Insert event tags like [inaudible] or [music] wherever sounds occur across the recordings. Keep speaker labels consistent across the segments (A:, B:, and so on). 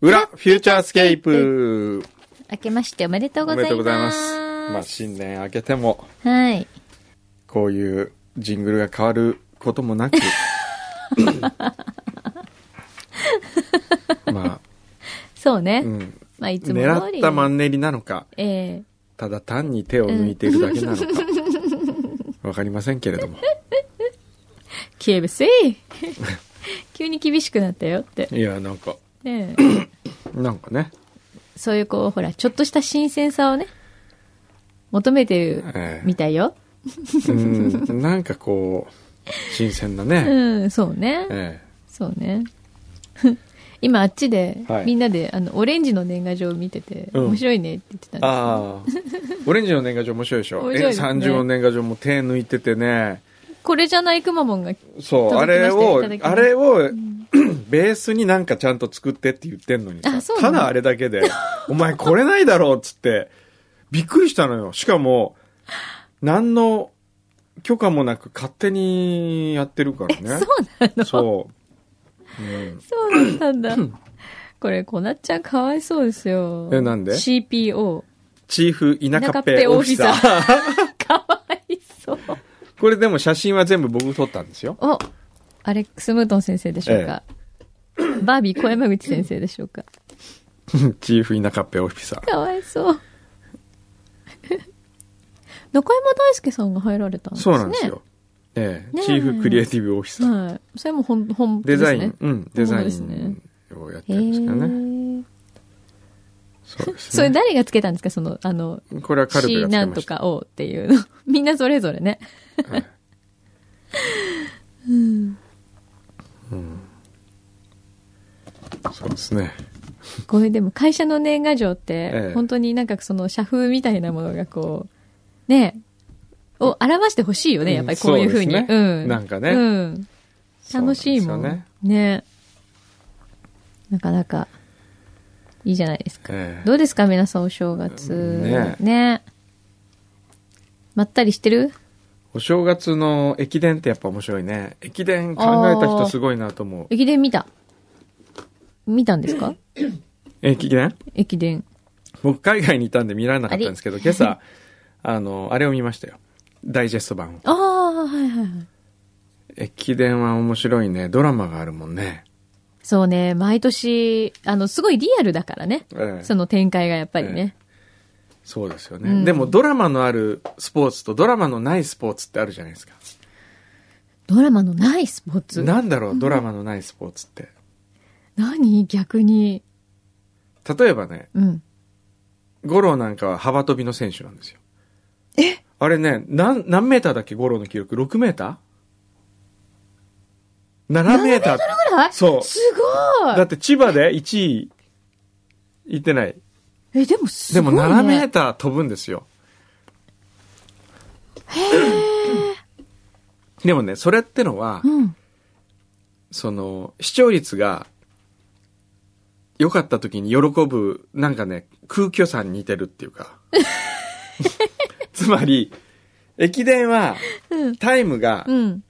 A: 裏、フューチャースケープ。
B: 明けましておめでとう
A: お
B: ご
A: めで
B: ざ
A: と
B: いう
A: ござい
B: ま
A: ます
B: す。。
A: まあ、新年明けても、
B: はい。
A: こういうジングルが変わることも [laughs] なく。ま
B: そう
A: あ、
B: ね。
A: うん。
B: まあ、いつも通
A: 狙
B: り。
A: ったマンネリなのか、
B: え
A: ただ単に手を抜いているだけな [laughs] のか、わかりませんけれども。
B: えー、KBC!
A: [laughs]
B: 急に厳しくなったよって。
A: いや、なんか、
B: ねえ、
A: なんかね、
B: そういうこう、ほら、ちょっとした新鮮さをね、求めてる
A: ええ
B: みたいよ。
A: うん、なんかこう、新鮮だね。
B: うん、そうね。
A: ええ
B: そうね。 [laughs] 今あっちで、
A: はい
B: みんなであのオレンジの年賀状を見てて、
A: うん
B: 面白いねって言ってたんです
A: ああ。オレンジの年賀状面白いでしょ。
B: 面白いですね
A: N30 の年賀状も手抜いててね。
B: これじゃないくまモンが
A: そう、あ
B: 届きま
A: れ
B: した
A: を
B: いただき、ます
A: あれを、ベースになんかちゃんと作ってって言ってんのに
B: あ
A: さ
B: そう、な
A: た
B: の
A: だあれだけ
B: [laughs]
A: で、お前これないだろうっつって、びっくりしたのよ。しかも、何の許可もなく勝手にやってる
B: [laughs]
A: からね。そうなのそう。うん
B: そうだったんだ。これ、こなっちゃんかわいそうですよ。
A: えなんで
B: ?CPO。
A: チーフ田舎
B: 中
A: っ
B: っ
A: ぺ
B: ぺ
A: オ
B: オ
A: フ
B: フ
A: ィ
B: ィ
A: サ
B: サ
A: ー。
B: [laughs] かわいそう。
A: これでも写真は全部僕撮ったん
B: [laughs]
A: ですよ。
B: お、アレックス・ムートン先生でしょうか。バービー小山口先生でしょうか。
A: チーフ田舎っぺオフィサー。
B: かわい
A: [laughs]
B: そう。中山大輔さんが入られたんです
A: そ
B: ね。
A: うなんですよ。。ええ、
B: ねえ
A: チーフクリエイティブオフィサー。
B: はい。それも本、本
A: デ
B: ですね。
A: ザイン、うん、デザイ
B: ですね
A: ンをやっ
B: へ
A: てるんですけどね。
B: ー。
A: そうです
B: それ
A: ね。
B: 誰がつけたんですかその、あの、
A: これはカルベ
B: C
A: がつけ
B: なん
A: ま
B: と
A: した。
B: か O っていうの。みんなそれぞれね。
A: はい
B: うん。
A: そうですね。
B: これでも会社の年賀状って、
A: ええ
B: 本当になんかその社風みたいなものがこう、ねえ、を表してほしいよね、
A: うん
B: やっぱりこういうふうに。
A: そうですね
B: うん。
A: なんかね
B: うん。楽しい
A: そ
B: も。
A: うんなんですよ
B: ね
A: ね
B: なかなか、いいじゃないですか。
A: ええ
B: どうですか、皆さんお正月。
A: ねえ
B: えまったりしてる
A: お正月の駅伝ってやっぱ面白いね。駅伝考えた人すごいなと思う。
B: 駅伝見た見たんです
A: [laughs]
B: か
A: 駅伝
B: 駅伝。
A: 僕海外にいたんで見られなかったんですけど、今朝、あの、あれを見ましたよ。ダイジェスト版を。
B: ああ、はいはいはい。
A: 駅伝は面白いね。ドラマがあるもんね。
B: そうね、毎年、あの、すごいリアルだからね。
A: ええ
B: その展開がやっぱりね。
A: そうですよね、
B: うん
A: でもドラマのあるスポーツとドラマのないスポーツってあるじゃないですか。
B: ドラマのないスポーツ。
A: なんだろう、ドラマのないスポーツって。
B: 何逆に。
A: 例えばね、
B: うん。
A: 五郎なんかは幅跳びの選手なんですよ。えあれね、何、何メーターだっけ五郎の記録 ?6 メーター ?7 メーター。
B: ほら
A: そう
B: すご
A: だ
B: い
A: って千葉で1位、行ってない。
B: え、でもす
A: で
B: ご
A: も
B: い、ね。
A: 7メーター飛ぶんですよ。でもね、それってのは、
B: うん。
A: その、視聴率が良かった時に喜ぶ、なんかね、空虚さに似てるっていう
B: [laughs]
A: か。つまり、駅伝は
B: うん、
A: タイムが
B: うん。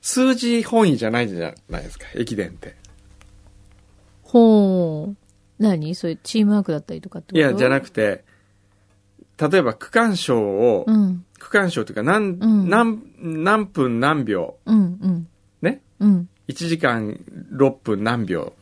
A: 数字本位じゃないじゃないですか、駅伝って。
B: ほう。何それ、チームワークだったりとかってこと
A: いや、じゃな
B: く
A: くて、例えば区間賞を、
B: うん。
A: 区間賞というか何、
B: うん
A: 何、何分何秒、
B: うん、うん。
A: ね。
B: うん。
A: 1時間6分何秒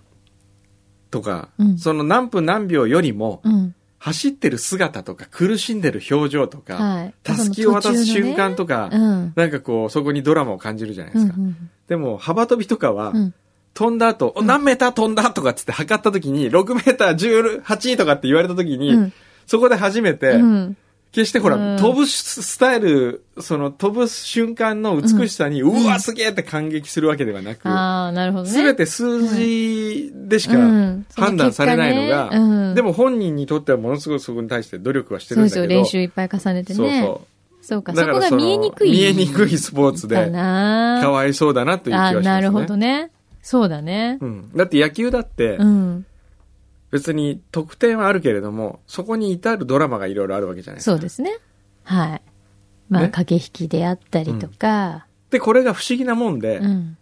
A: とか、
B: うん
A: その何分何秒よりも、
B: うん。
A: 走ってる姿とか苦しんでる表情とか、
B: はい。
A: たすきを渡す
B: その途中
A: 瞬
B: のね
A: 間とか、
B: うん。
A: なんかこう、そこにドラマを感じるじゃないで
B: うん
A: す
B: う
A: か。
B: ん。
A: でも、幅跳びとかは、
B: うん。
A: 飛んだ後、お何メーター飛んだとかっつって測った時に、6メーター18とかって言われた時に、
B: うん
A: そこで初めて、
B: うん。
A: 決してほら、
B: うん
A: 飛ぶススタイル、その飛ぶ瞬間の美しさに、うわ、すげえって感激するわけではなく、
B: ああ、なるほどね。
A: すべて数字でしか
B: うん
A: 判断されないの
B: その結果ねう
A: が、
B: ん
A: でも本人にとってはものすごくそこに対して努力はして
B: そ
A: る
B: うんで
A: だ
B: す
A: けど。
B: よ、練習いっぱい重ねてね。
A: そうそ
B: そうか、
A: う。
B: そこが
A: の
B: 見えにくい。
A: 見えにくいスポーツ
B: か
A: で、
B: な
A: かわいそうだなという気は
B: あ
A: しますね。
B: なるほどね。そうだね。
A: うん。だって野球だって
B: う、ん。
A: 別に得点はあるけれども、そこに至るドラマがいろいろあるわけじゃないですか。
B: そうですね。はい。まあ、
A: ね
B: 駆け引きであったりとか、
A: で、これが不思議なもんで、
B: うん。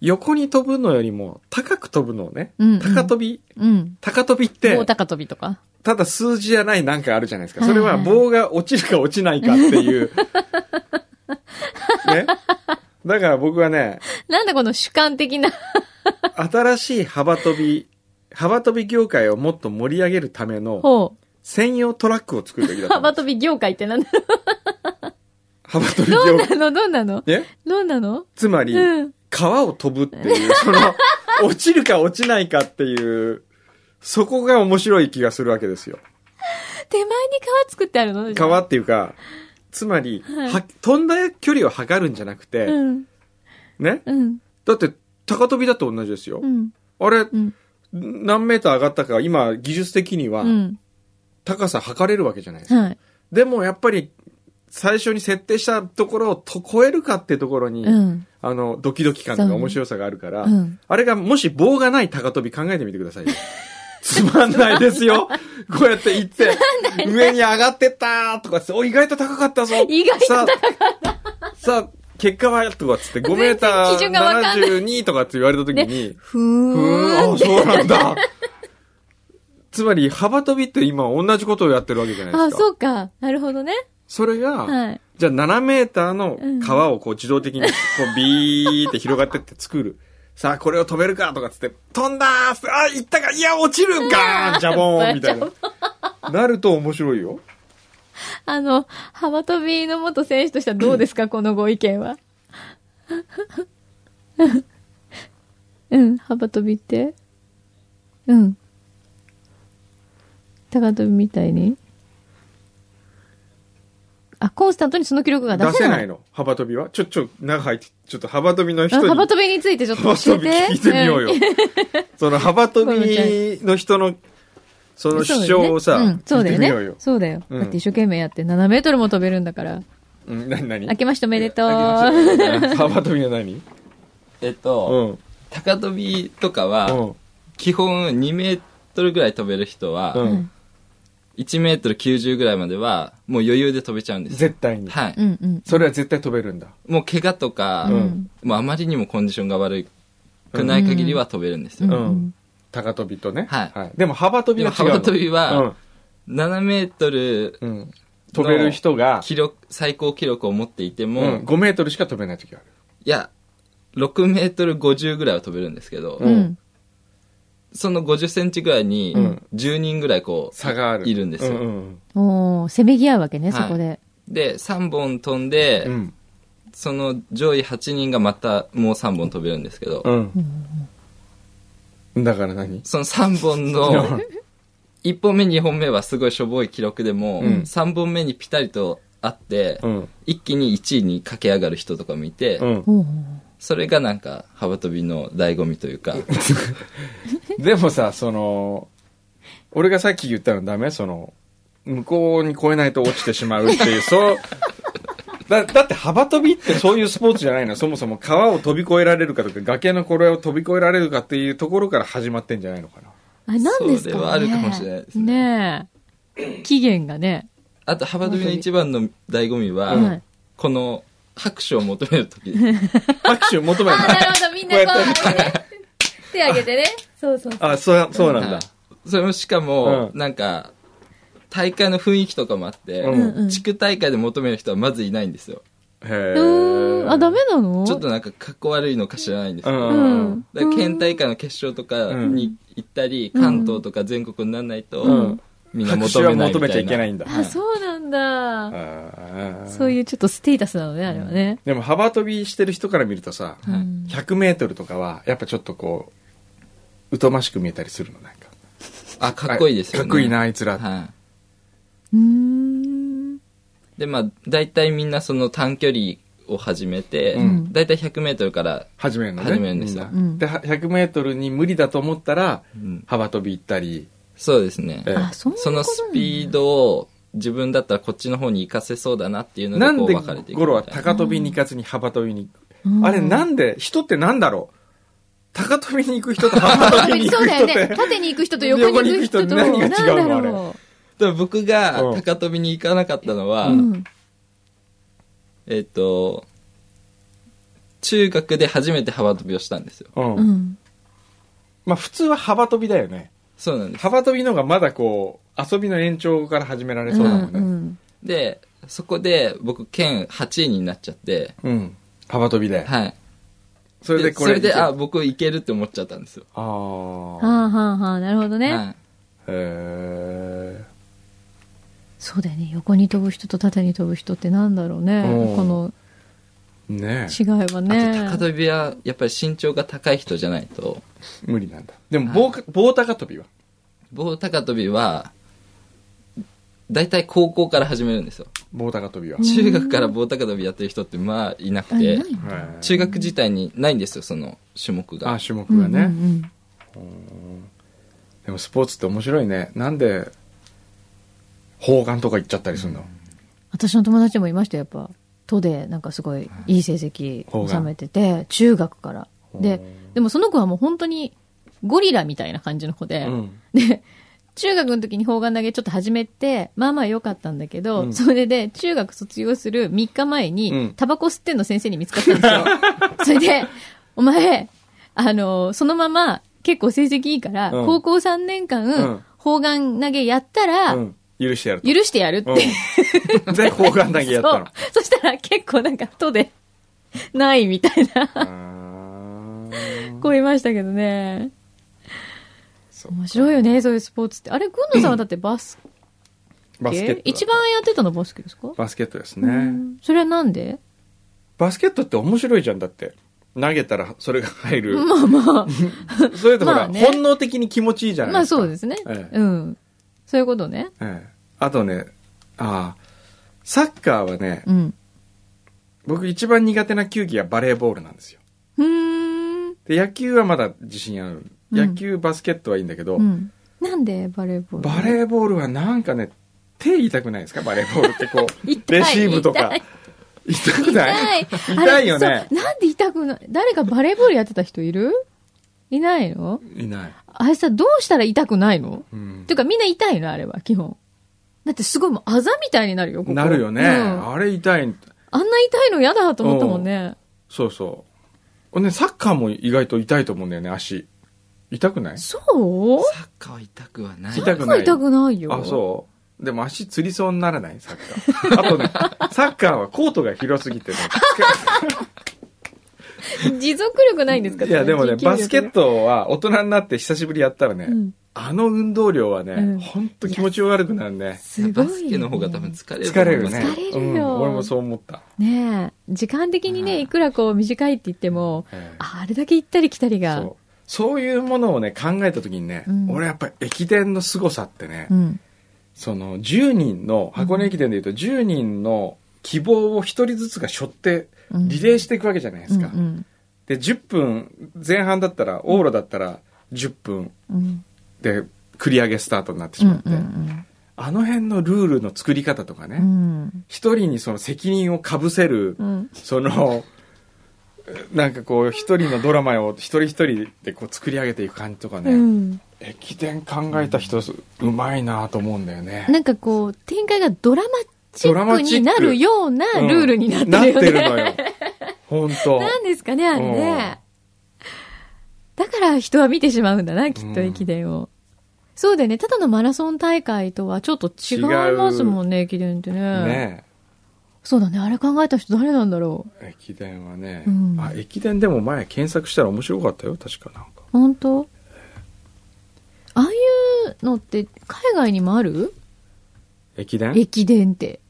A: 横に飛ぶのよりも高く飛ぶのをね、
B: うんうん
A: 高飛び、
B: うん。
A: 高飛びっ
B: 棒
A: て、
B: 高跳びとか。
A: ただ数字じゃないなんかあるじゃないですか。
B: はい
A: そ
B: は
A: れ
B: い
A: は棒が落ちるか落ちないかって
B: [laughs]
A: いう。ね。だから僕はね、
B: なんだこの主観的な。
A: 新しい幅跳び、幅跳び業界をもっと盛り上げるための
B: ほう。
A: 専用トラックを作るべきだと思
B: 幅
A: う。
B: 跳び業界ってなんだ
A: 幅跳び
B: ど
A: 業
B: う
A: 界。
B: なのどうなの
A: ね。
B: どうなの
A: つまり、
B: うん。
A: 川を飛ぶっていう、その、落ちるか落ちないかっていう、そこが面白い気がするわけですよ。
B: 手前に川作ってあるのじゃあ
A: 川っていうか、つまり、
B: はい
A: は飛んだ距離を測るんじゃなくて、
B: うん。
A: ね。
B: うん。
A: だって、高飛びだと同じですよ。
B: うん。
A: あれ、
B: うん。
A: 何メーター上がったか、今、技術的には
B: う、ん。
A: 高さ測れるわけじゃないですか。
B: はい。
A: でも、やっぱり、最初に設定したところをと超えるかっていうところに、
B: うん。
A: あの、ドキドキ感とか面白さがあるから、
B: うん。
A: あれがもし棒がない高跳び考えてみてくださいよ。 [laughs] つまんないです
B: [laughs]
A: よ。こうやって行って、上に上がってったーとかつって、お、意外と高かったぞ。
B: 意外と
A: 高かった。さあ、結果はとかつって、5メータ
B: 全然基準がわ
A: ー
B: かんない
A: 72とかって言われた時に、
B: ふ
A: うーん、
B: ー
A: あ、
B: ん。
A: そうなんだ。つまり、幅跳びって今同じことをやってるわけじゃないです
B: あ、
A: か。
B: そうか。なるほどね。
A: それが、
B: はい。
A: じゃあ7メーターの川をこう自動的にこうビーって広がってって作る。さあ、これを止めるかとかつって、飛んだーっつってあ、行ったかいや、落ちるんかージャボーンみたい
B: [laughs]
A: な。なると面白いよ。
B: あの、幅跳びの元選手としてはどうですか、このご意見は。 [laughs] うん、幅跳びってうん。高跳びみたいにあ、コンスタントにその記録が出
A: 出
B: せ
A: せ
B: な。
A: ないいの。幅跳びは。ちょ、ちょ、中入って、ちょっと幅跳びの人
B: あ
A: に。
B: 幅跳びについてちょっと
A: 幅跳
B: 教え
A: び
B: て。
A: 聞いてみようよ
B: ん。
A: その幅跳びの人の、その主張をさ、
B: そうだよね
A: 聞いてみ
B: う
A: ようんよ。
B: そうだよね。そうだ
A: うん
B: よ。だって一生懸命やって7メートルも飛べるんだから。
A: うん、何何
B: 明けましておめでとう。
A: 明けまして幅跳びの何
C: えっ
A: う
C: と、
A: ん。
C: 高跳びとか
A: う
C: は、
A: ん。
C: 基本2メートルぐらい飛べる人
A: う
C: は、
A: ん。
C: 1メートル90ぐらいまでは、もう余裕で飛べちゃうんですよ。
A: 絶対に。
C: はい。
B: うんうん。
A: それは絶対飛べるんだ。
C: もう怪我とか、
B: うん
C: もうあまりにもコンディションが悪くない限りは飛べるんです
B: う
C: よ。
A: うん
B: ん。
A: 高跳びとね。
C: はい
A: でも幅跳び
C: で
A: は
C: も
A: 違うの。
C: 幅跳び
A: うん
C: は、7メートル
A: うん飛べる人が、
C: 記録、最高記録を持っていても、
A: うん、5メートルしか飛べない時がある。
C: いや、6メートル50ぐらいは飛べるんですけど、
A: うん
B: うん。
C: その50センチぐらいに
A: うん
C: 10人ぐらいこう、
A: 差がある。
C: いるんですよ
A: ううん
B: おー、せめぎ合うわけね、
C: はい
B: そこで。
C: で、3本飛んで、
A: うん。
C: その上位8人がまたもう3本飛べるんですけど、
A: うん。うん。だから何
C: その3本の、1本目2本目はすごいしょぼい記録でも、
A: うん
C: 3本目にピタリとあって、
A: うん。
C: 一気に1位に駆け上がる人とかもいて、
A: うん。
B: おー
C: それがなんか幅跳びの醍醐味というか、
A: でもさ、その、俺がさっき言ったのダメその、向こうに越えないと落ちてしまうっていう、そう、だだって幅跳びってそういうスポーツじゃないのそもそも川を飛び越えられるかとか崖のこれを飛び越えられるかっていうところから始まってんじゃないのかな
B: あれ、なんですかね
C: そうではあるかもしれないです
B: ねえ。期限がね。
C: あと幅跳びの一番の醍醐味は、
B: はい
C: この拍手を求める時
A: 拍手を求める
B: あ、なるほど、みんなこう、
A: こうや
B: あれね手あげてね。 [laughs] そうそう。
A: あ、そう、そうなんだ。
C: それもしかも、
A: うん
C: なんか大会の雰囲気とかもあって、
A: うん
B: うん
C: 地区大会で求める人はまずいないんですよ
A: へ
B: うー
A: ー
B: ん。あ、ダメなの
C: ちょっとなんかかっこ悪いのか知らないんです
A: う
C: けど、
A: ん。う
C: だか
A: ん。
C: ら県大会の決勝とかに行ったり、関東とか全国にならないと、
A: うん
C: みんな
A: 拍
C: 求
A: 手は
C: めないみ
A: 求
C: た
A: め
C: いな
A: ちゃいけないんだ。
B: あ、そうなんだ。
A: あー
B: そういうちょっとステータスなのね、あれはね。
A: でも幅跳びしてる人から見るとさ、
C: はい
B: うん
A: 100メートルとかは、やっぱちょっとこう、疎ましく見えたりするの、なんか。
C: あかっこいいですよ
A: あ
C: ね
A: かっこいいな、あいつら。
C: は
B: うーん。
C: い、でまあ大体みんなその短距離を始めて、
A: うん
C: 大体 100m から、
A: 始めるのね。
C: 始めるんですよ
A: みな
B: うん
A: で、は100メートルに無理だと思ったら、
C: うん
A: 幅跳び行ったり、
C: そうですね
A: ええ
B: あ、そういうこと
C: そのスピードを自分だったらこっちの方に行かせそうだなっていうの
A: な
C: で
A: ん
C: こう
A: で
C: 分かれていく
A: ゴロは
C: みたいな
A: 高跳びに行かずに幅跳びに行く
B: うん
A: あれなんで、人ってなんだろう高跳びに行く人と幅跳びに行
B: [laughs] そう
A: く
B: だ
A: 人
B: よ
A: っ
B: ね。
A: て。
B: 縦に行く人と横に行く人と、
A: 横に行く人何が違うの
B: なんだ
A: あ
B: ろ
C: でも僕が
A: うん
C: 高跳びに行かなかったのは、
B: う。うん。
C: えっ、と中学で初めて幅跳びをしたんですよ。
A: うん。
B: うん。
A: まあ普通は幅跳びだよね。
C: そうなんです。
A: 幅跳びのがまだこう、遊びの延長から始められそうだもんね。
B: ん
C: で、そこで僕、県8位になっちゃって、
A: うん。幅跳びで。
C: はい。
A: それでこれ。
C: それで、あ、僕いけるって思っちゃったんですよ。
A: あ
B: う
A: ー
B: ん。はあはあはあ、なるほどね。
C: はい。
A: へ
B: そうだよね。横に飛ぶ人と縦に飛ぶ人ってなんだろうね。
A: うん
B: この
A: え。ねえ。
B: 違いはね。
C: あと、高跳びは、やっぱり身長が高い人じゃないと、
A: 無理なんだ。でも棒か、棒高跳びは
C: 棒高跳びは、大体高校から始めるんですよ。
A: 棒高跳びは。
C: 中学から棒高跳びやってる人って、まあ、いな
B: あ
C: くて
B: な、いんだ
A: はい
C: 中学自体にないんですよ、その種目が
A: あ、。種目
B: うんう
A: が
B: ん
A: ね。
B: うん
A: でもスポーツって面白いね。なんで、砲丸とか行っちゃったりするの、
B: 私の友達もいましたよやっぱ都でなんかすごいいい成績
A: ほうが
B: 収めてて中学からででもその子はもう本当にゴリラみたいな感じの子で、
A: うん
B: で中学の時に砲丸投げちょっと始めてまあまあ良かったんだけど、
A: うん
B: それで中学卒業する3日前に、
A: うん
B: タバコ吸ってんの先生に見つかったん
A: [laughs]
B: ですよそれでお前あのそのまま結構成績いいから、
A: うん
B: 高校3年間、
A: うん
B: 砲丸投げやったら、
A: うん許してやると。
B: 許してやるって、 [laughs]
A: うん、で、砲丸投げやったの。
B: そう。そしたら結構なんか後で、ないみたいな
A: あー
B: 子いましたけどね。
A: そう
B: 面白いよね、そういうスポーツって。あれ、軍野さんはだってバスケ
A: バスケットだ。
B: 一番やってたのバスケですか
A: バスケットです
B: う
A: ね。
B: んそれはなんで
A: バスケットって面白いじゃん、だって。投げたらそれが入る。
B: まあまあ、
A: それとほら、
B: まあね
A: 本能的に気持ちいいじゃない
B: まあ
A: ですか。
B: そうですね。
A: ええ
B: うん。そういうことね。
A: ええあとね、ああ、サッカーはね、
B: うん。
A: 僕一番苦手な球技はバレーボールなんですよ。
B: うーん。
A: で、野球はまだ自信ある。
B: うん
A: 野球、バスケットはいいんだけど、
B: うん。なんでバレーボール
A: バレーボールはなんかね、手痛くないですかバレーボールってこう、
B: [laughs] 痛い
A: レシーブとか
B: 痛い。
A: 痛くない
B: 痛い。
A: 痛いよね
B: あれそうなんで痛くない誰かバレーボールやってた人いるいないの
A: いない。
B: あれさ、どうしたら痛くないの
A: うん
B: ていうかみんな痛いのあれは、基本。だってすごいもうあざみたいになるよ、ここ
A: なるよね、
B: うん
A: あれ痛い。
B: あんな痛いの嫌だと思ったもんね。
A: そうそう。ね、サッカーも意外と痛いと思うんだよね、足。痛くない
B: そう
C: サッカーは痛くはない。
A: 痛
B: 痛
A: くな
B: くないい痛くないよ。
A: あ、そう。でも足つりそうにならないサッカー。あ [laughs] とね、サッカーはコートが広すぎてね。
B: [laughs] 持続力 [laughs] ないんですか
A: いや、でもね、
B: 持久
A: バ
B: 力
A: スケットは大人になって久しぶりやったらね、
B: うん
A: あの運動量はね、
B: うん
A: ほんと気持ち悪くなるね。
B: すごい、ね。
C: バスケの方が多分疲れる
A: 疲
C: と思
A: れ
C: いま
A: る
C: す
A: ね。
C: よ。
B: 疲れるよ
A: うん俺もそう思った。
B: ねえ。時間的に
A: うん
B: ね、いくらこう短いって言っても、
A: ええ
B: ああれだけ行ったり来たり
A: そ
B: が。
A: うそういうものをね、考えた時にね、
B: うん
A: 俺やっぱ駅伝の凄さってね、
B: うん。
A: その10人の、箱根駅伝で言うと10人の希望を1人ずつが背負って、
B: うん
A: リレーしていくわけじゃないですか。
B: うん
A: で、10分、前半だったら、往路だったら10分
B: うん。うん。
A: で繰り上げスタートになってし
B: うん
A: まって、
B: うん
A: あの辺のルールの作り方とか
B: う
A: ね、
B: ん。
A: 一人にその責任をかぶせる、
B: うん。
A: その、なんかこう、一人のドラマを一人一人でこう作り上げていく感じとかね、
B: うん。
A: 駅伝考えた人、うまいなと思うんだよね。
B: なんかこう、展開がドラマチ
A: ドラ
B: ッ
A: マ
B: ク
A: チッ
B: に
A: ク
B: なるような
A: うん
B: ルールになってるよね。
A: なってるのよ。本当
B: なんですかね、あれね。だから人は見てしまうんだな、きっと
A: うん
B: 駅伝を。そうだよね。ただのマラソン大会とはちょっと違いますもんね、駅伝ってね
A: ね
B: そうだね。あれ考えた人誰なんだろう。
A: え駅伝はね、
B: うん
A: あ、駅伝でも前検索したら面白かったよ、確かなんか。
B: 本当ああいうのって海外にもある
A: 駅伝
B: 駅伝って。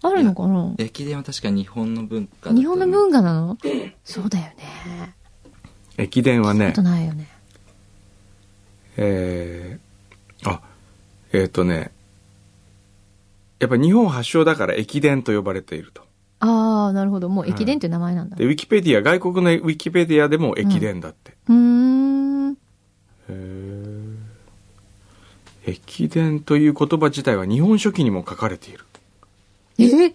B: あるのかな
C: 駅伝は確か日本の文化だと思う
B: 日本の文化なのそうだよね。
A: 駅伝は
B: こ
A: ね
B: と、ないよね。
A: えー、あ、えっ、とね、やっぱ日本発祥だから駅伝と呼ばれていると。
B: ああ、なるほど。もう駅伝っていう名前なんだ。
A: で、ウィキペディア、外国のウィキペディアでも駅伝だって。
B: うーん。
A: へー駅伝という言葉自体は日本書紀にも書かれている。
B: え [laughs]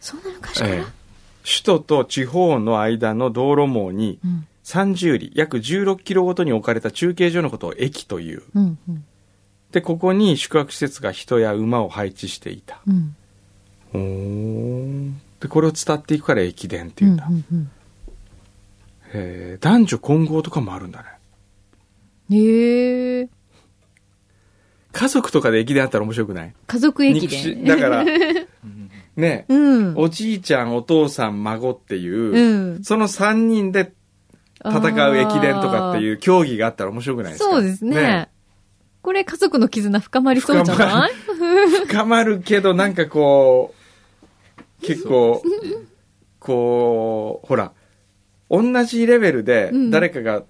B: そんな昔から、
A: ええ首都と地方の間の道路網に
B: うん。
A: 30里、約16キロごとに置かれた中継所のことを駅という。
B: うん。うん
A: で、ここに宿泊施設が人や馬を配置していた。
B: うん。
A: ほーんで、これを伝っていくから駅伝っていうんだ。
B: うんうん
A: えー男女混合とかもあるんだね。
B: うんへえ
A: 家族とかで駅伝あったら面白くない
B: 家族駅
A: 肉
B: 伝
A: 親だ
B: [laughs]
A: から、ね、
B: うん
A: おじいちゃん、お父さん、孫っていう、
B: うん
A: その3人で戦う駅伝とかって
B: う
A: いう競技があったら面白くないですか
B: そうですねこれ家族の絆深まりそうじゃ
A: 深ま
B: ない
A: 深まるけど、なんかこう、結構、こう、ほら、同じレベルで
B: うん、
A: 誰かが、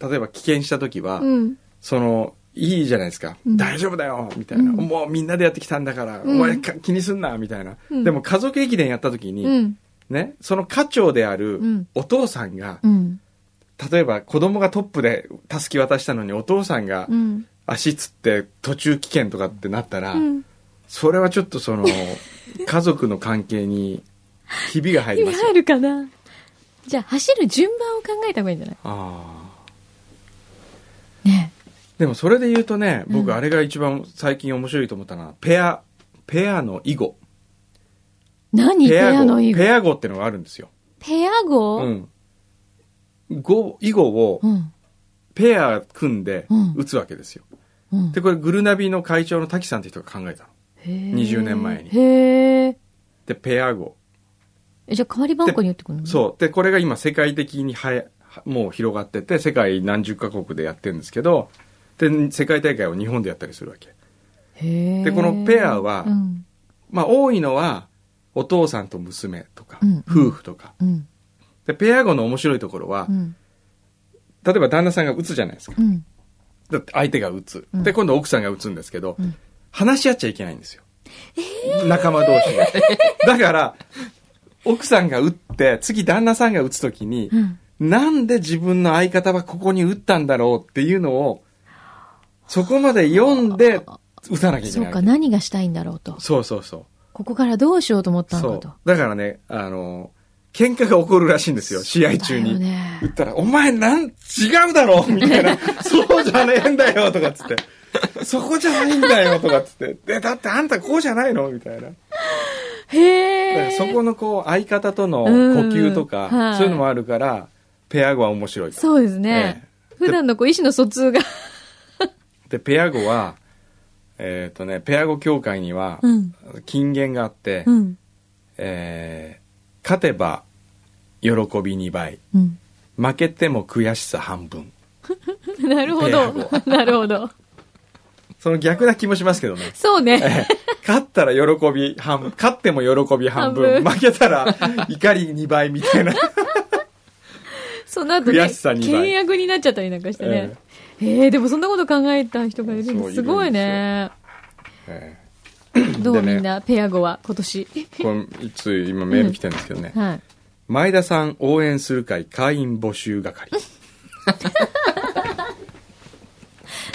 A: 例えば危険した時は、
B: うん
A: その、いいじゃないですか。
B: うん
A: 大丈夫だよみたいな、
B: うん
A: もうみんなでやってきたんだから、
B: うん
A: お前か気にすんなみたいな、
B: うん
A: でも家族駅伝やった時に、
B: うん
A: ね、その家長であ
B: う
A: る
B: ん
A: お父さんが、
B: うん
A: 例えば子供がトップでたすき渡したのにお父さんが
B: うん
A: 足つって途中棄権とかってなったら、
B: うん
A: それはちょっと
B: [laughs]
A: その家族の関係にひびが入り
B: 意
A: ま
B: 味
A: すよ
B: 入るかなじゃあ走る順番を考えた方がいいんじゃない
A: ああ
B: ね
A: でもそれで言うとね
B: う
A: 僕
B: ん
A: あれが一番最近面白いと思ったのはペアペアの囲碁
B: 何ペアの
A: 語
B: 囲碁
A: ペア碁ってのがあるんですよ、
B: ペア語
A: うん、碁囲碁を
B: うん
A: ペア組んで
B: うん
A: 打つわけですよ、
B: うん
A: でこれグルナビの会長の滝さんって人が考えたの
B: 20
A: 20年前に
B: へー
A: でペア碁
B: えじゃあ代わり番号に寄ってくるの
A: そう。で、これが今世界的にはや、はもう広がってて、世界何十カ国でやってるんですけど、で、世界大会を日本でやったりするわけ。
B: で
A: でこのペアは
B: うん
A: まあ、多いのは、お父さんと娘とか、
B: うん
A: 夫婦とか。
B: うん
A: で、ペア語の面白いところは
B: う、ん
A: 例えば旦那さんが打つじゃないですか。
B: うん
A: だって相手が打つ。
B: うん
A: で、今度奥さんが打つんですけど
B: うん、
A: 話し合っちゃいけないんですよ。仲間同士が。だから、奥さんが打って、次旦那さんが打つときに、
B: うん
A: なんで自分の相方はここに打ったんだろうっていうのを、そこまで読んで打たなきゃいけ
B: そう
A: ない。
B: か何がしたいんだろうと
A: そうそうそ
B: ここからどうしようと思っ
A: う。
B: た
A: そ
B: の
A: う
B: かと。
A: だからね、あの、喧嘩が起こるらしいんですよ、試合中
B: そうだよ
A: に。
B: ね
A: 打ったら、お前なん、違うだ
B: [laughs]
A: ろみたいな。そうじゃねえんだよとかっつって。そこじゃないんだよとかっつって。で、だってあんたこうじゃないのみたいな。だから
B: へえ
A: そこのこう、相方との呼吸と
B: うんは
A: か
B: い、
A: そういうのもあるから、ペア語は面白いと。
B: そうですね
A: え
B: 普段のこう意思の疎通が
A: でペア語はえっ、とねペア語協会には
B: うん
A: 金言があって、
B: うん
A: えー勝てば喜び2倍
B: うん
A: 負けても悔しさ半分
B: なるほど
A: ペア
B: なるほど
A: その逆な気もしますけどね
B: そう
A: え
B: ね
A: ー [laughs] 勝ったら喜び半分勝っても喜び半分
B: 半分
A: 負けたら怒り2倍みた
B: [laughs]
A: いな
B: その後ね
A: 悔しさに倍
B: 倹約になっちゃったりなんかしてねえーでもそんなこと考えた人がいるん
A: そういるん
B: で
A: ですす
B: す
A: よ
B: ごいね
A: え
B: どう
A: でね
B: みんなペア語は今年
A: ーこれいつ今メール来てるんですけどね、
B: はい
A: 前田さん応援する会会員募集係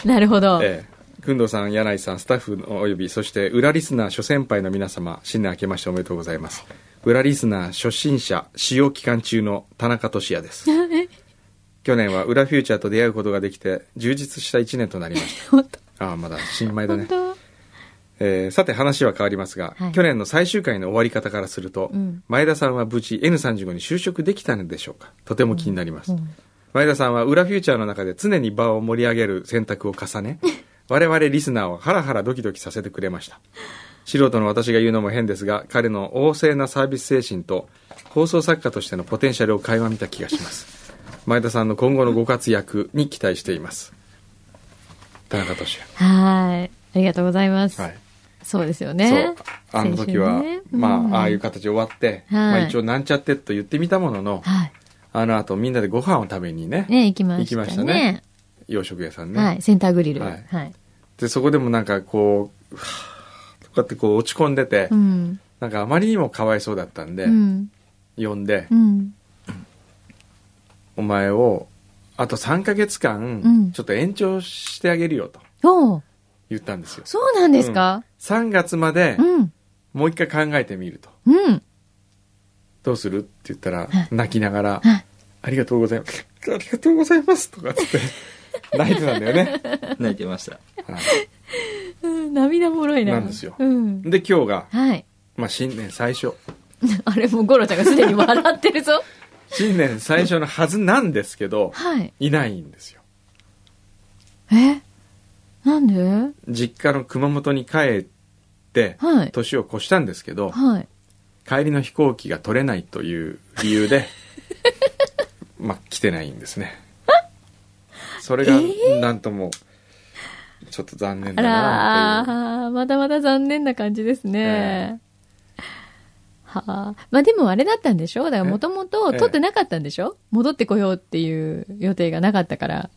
B: なるほど。
A: ええ、くんどうさん、柳井さん、スタッフのおよび、そして裏リスナー諸先輩の皆様、新年明けましておめでとうございます。裏リスナー初心者、使用期間中の田中俊也
B: [laughs]
A: です。去年は裏フューチャーと出会うことができて、充実した1年となりまし
B: 本当
A: た。ああ、まだ新米だ
B: 本
A: ね。
B: 当
A: えーさて話は変わりますが、
B: はい
A: 去年の最終回の終わり方からすると、
B: うん
A: 前田さんは無事 N35 に就職できたのでしょうかとても気になります、
B: うんうん
A: 前田さんは裏フューチャーの中で常に場を盛り上げる選択を重
B: [laughs]
A: ね我々リスナーをハラハラドキドキさせてくれました素人の私が言うのも変ですが彼の旺盛なサービス精神と放送作家としてのポテンシャルを垣間見た気がします前田さんの今後のご活躍に期待しています田中俊
B: はい。ありがとうございます。
A: 也はい
B: そうですよ
A: そう
B: ね。
A: あの時は、
B: 先週ね
A: まあ、
B: うん
A: ああいう形で終わって、まあ、一応なんちゃってと言ってみたものの、
B: はい。
A: あの後みんなでご飯を食べにね
B: ね、行きましたね。
A: 行きましたね洋食屋さんね、
B: はい。センターグリル。
A: は
B: はいい。
A: でそこでもなんかこうはぁとかってこう落ち込んでて、
B: うん。
A: なんかあまりにもかわいそうだったんで、
B: うん。
A: 呼んで、
B: うん。
A: お前をあと3ヶ月間、
B: うん
A: ちょっと延長してあげるよと
B: おう
A: 言ったんですよ
B: そうなんですか
A: 3月まで
B: うん。
A: もう一回考えてみると、
B: うん。
A: どうするって言ったら
B: はい
A: 泣きながら
B: はい
A: 「ありがとうございます」「ありがとうございます」とかっつって
B: [laughs]
A: 泣いてたんだよね。
C: 泣いてました
A: はい
B: うん。涙もろいな。
A: なんですよ
B: うん。
A: で今日が、
B: はい。 [laughs]
A: まあ、新年最初
B: あれもうゴロちゃんがすでに笑ってるぞ。
A: 新年最初のはずなんですけど、
B: はい。
A: いないんですよ。
B: えなんで
A: 実家の熊本に帰って、
B: はい。
A: 年を越したんですけど、
B: はい。
A: 帰りの飛行機が取れないという理由
B: [laughs]
A: で、まあ、来てないんですね。それが
B: え、
A: なんとも、ちょっと残念
B: あ
A: だなっていう。
B: らー、まだまだ残念な感じですね。はあ。まあでもあれだったんでしょだからもともと
A: ええ
B: 取ってなかったんでしょ戻ってこようっていう予定がなかったから。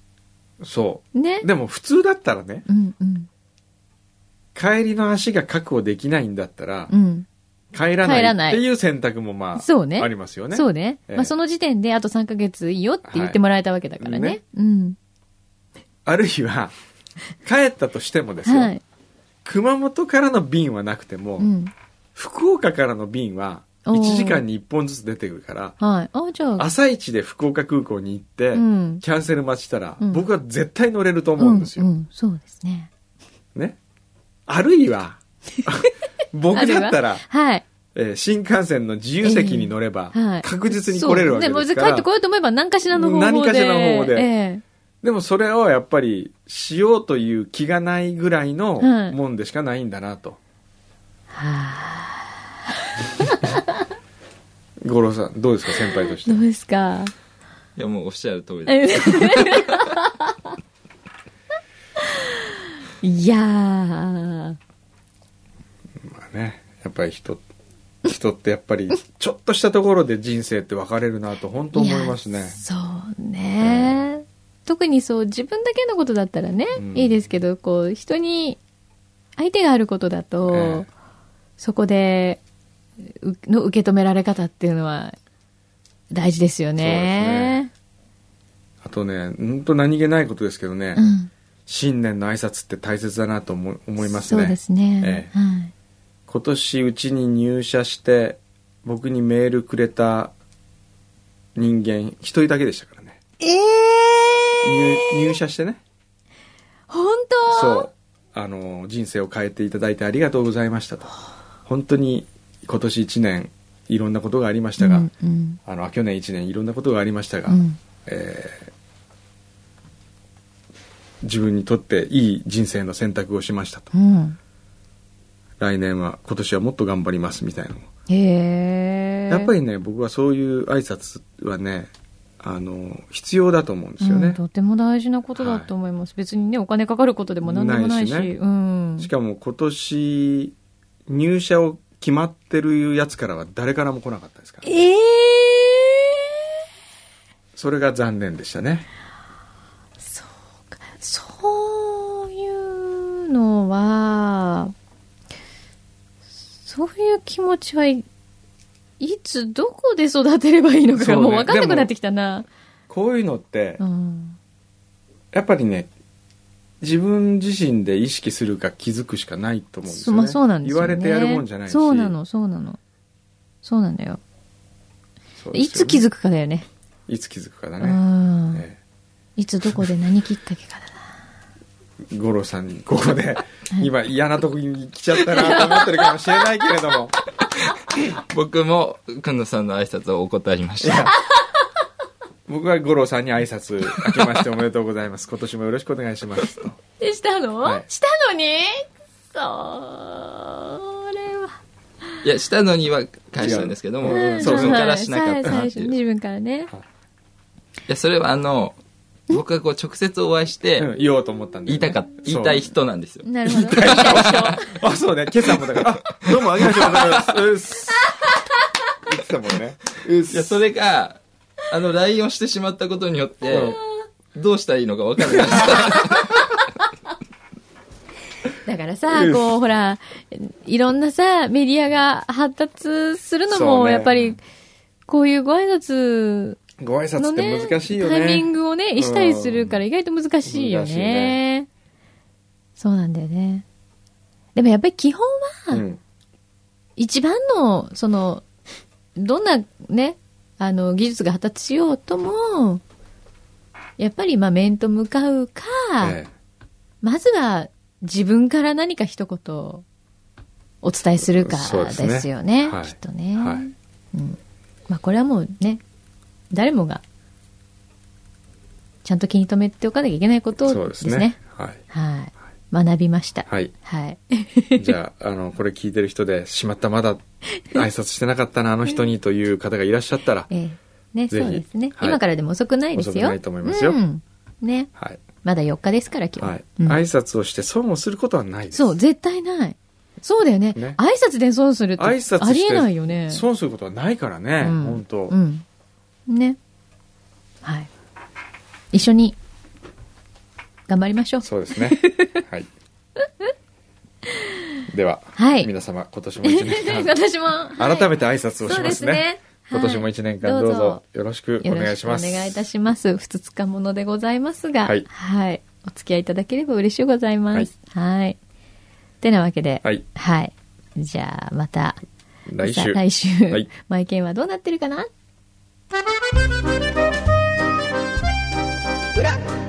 A: そ
B: ね
A: う。。でも普通だったらね、
B: うんうん。
A: 帰りの足が確保できないんだったら
B: う、ん。
A: 帰ら
B: 帰らな
A: ない
B: い
A: っていう選択もまあ、
B: そうね
A: ありますよね。
B: そうね。
A: ええ
B: まあその時点であと3ヶ月いいよって言ってもらえたわけだからね。
A: はいね
B: うん。
A: あるい
B: [laughs]
A: は、帰ったとしてもですよ、
B: はい。
A: 熊本からの便はなくても、
B: うん。
A: 福岡からの便は、
B: おー
A: 1時間に1本ずつ出てくるから、
B: はい。あ、じゃあ、
A: 朝一で福岡空港に行って、
B: うん。
A: キャンセル待ちしたら、
B: うん
A: 僕は絶対乗れると思うんですよ。
B: うん、うんそうですね。
A: ね。あるいは、
B: [laughs]
A: 僕だったら、
B: はい。
A: えー新幹線の自由席に乗れば
B: ええはい、
A: 確実に来れるわけですか
B: そう
A: ら、
B: も帰ってこようと思えば何かしらの方法で。
A: 何かしらの方法で
B: え
A: でもそれをやっぱりしようという気がないぐらいの
B: はい
A: もんでしかないんだなと。
B: えはあ。
A: 五郎さん、どうですか先輩として
B: ど。うで
A: [laughs]
B: すか。
C: いや、もうおっしゃる通りで
B: えいやー。
A: まあね、やっぱり人、人ってやっぱりちょっとしたところで人生って分かれるなと本当思います
B: や
A: ね。
B: そうね、特にそう、自分だけのことだったらね、
A: うん
B: いいですけど、こう、人に、相手があることだと、
A: ええ
B: そこで、うの受け止められ方っていうのは、大事ですよね。
A: あとね、本当何気ないことですけどね、
B: うん
A: 新年の挨拶って大切だなと思思います
B: そうで
A: ね。
B: すね。
A: え
B: はい。
A: 今年うちに入社して、僕にメールくれた人間、一人だけでしたからね。
B: ええ
A: 入入社してね。
B: 本当
A: そう。あの、人生を変えていただいてありがとうございましたと。本当に今年1年いろんなことがありましたが、
B: うんうん
A: あの、あ去年1年いろんなことがありましたが、
B: うん
A: えー自分にとっていい人生の選択をしましたと。
B: うん
A: 来年は、今年はもっと頑張りますみたいなのを
B: へえ
A: やっぱ
B: り
A: りね、僕はそういう挨拶はね、あの、必要だと思うんですよね。
B: とても大事なことだと思います、別にねお金かかることでも何でもないし
A: ないしね
B: うん、
A: しかも今年入社を決まってるやつからは誰からも来なかったですから
B: ええ
A: それが残念でしたね
B: そういうのはそういう気持ちはいいつどこで育てればいいのか
A: そうね
B: がもう分かんなくなってきたな、
A: こういうのって
B: うん、
A: やっぱりね自分自身で意識するか気づくしかないと思うんです
B: そ
A: よ
B: ま
A: ね
B: あそうなんですよ、
A: 言
B: ね、
A: われてやるもんじゃないし
B: そうなのそうなのそうなんだよ
A: そうで
B: い
A: すよね
B: つ気づくかだよね
A: いつ気づくかだ
B: う
A: ね、
B: ん、
A: え
B: いつどこで何きっかけ [laughs] かだな。
A: え五郎さんにここで今嫌なとこに来ちゃったなと思ってるかもしれないけれども
C: 僕も、くんのさんの挨拶を怠りまし
A: いや
C: た。
A: 僕は五郎さんに挨拶明けましておめでとうございます今年もよろしくお願いしますと
B: で、したの、
A: はい
B: したのにそれは。
C: いや、したのには返したんですけども、
A: 違ううん
C: 自分からしなかったな
B: 最
C: って
B: 初
C: い
B: に
C: う。い
B: 自分からね。
C: や、それはあの、僕がこう直接お会いして、
A: うん言おうと思ったんで、
C: 言いたかった、言いたい人なんですよ。
B: なるほど。言いたいでしょ
A: あ、そうね。今朝もだから、あどうもありがとうございます。うっす。言ってたもんね。うっ
C: いや、
A: す。
C: それが、あの、LINE をしてしまったことによって、どうしたらいいのか分からない。
B: だからさ
A: う、ん
B: こう、ほら、いろんなさ、メディアが発達するの
A: そう
B: も、
A: ね
B: やっぱり、こういうご挨拶
A: ご挨拶
B: の
A: って
B: ね、
A: 難しいよね。
B: タイミングをね、したりするから意外と難しいよ
A: 難しい
B: ね
A: ね。
B: そうなんだよね。でもやっぱり基本は、
A: うん。
B: 一番の、その、どんなね、あの、技術が発達しようとも、やっぱり、まあ、面と向かうか、
A: ええ
B: まずは自分から何か一言お伝えするか
A: そうですね
B: ですよね
A: はい
B: きっとね、
A: はい
B: うんまあ、これはもうね誰もがちゃんと気に留めておかなきゃいけないこと
A: そう
B: で
A: ですす
B: ね
A: ね。はい。
B: はい学びました
C: [laughs]
A: はい。
B: はい、
A: じゃあ、あの、これ聞いてる人で、しまった、まだ挨拶してなかったな、あの人にという方がいらっしゃったら、
B: ええね
A: ぜ
B: そ
A: ひ
B: うですね、
A: はい
B: 今からでも遅くないですよ
A: 遅くないと思いますよ
B: うん、ね
A: はい。
B: まだ4日ですから今日、
A: はい。
B: うん
A: 挨拶をして損をすることはないです。
B: そう、絶対ない。そうだよね。
A: ね
B: 挨拶で損するって
A: 挨拶して
B: ありえないよね。
A: 損することはないからね、
B: うん
A: 本当、
B: うん。ね。はい。一緒に、頑張りましょう。
A: そうですね。はい。では、
B: はい
A: 皆様、今年も一年間、
B: [laughs] 私も、 [laughs] はい
A: 改めて挨拶をし
B: そう
A: ま
B: ですす
A: ね。
B: ね。
A: 今年も
B: はい
A: 一年間、
B: ど
A: ど
B: う
A: う
B: ぞ
A: ぞよろしくお
B: よ
A: 願
B: ろ
A: い
B: し
A: し
B: くお
A: ます。
B: 願いいたします。ふつつかものでございますが、
A: はい
B: はい。お付き合いいただければ嬉しいございます。はい。てなわけで、
A: はい。
B: はい。じゃあ、また、
A: 来
B: さあ
A: 週。
B: 来週、
A: はい
B: [laughs] マイケンはどうなってるかな
D: ブラック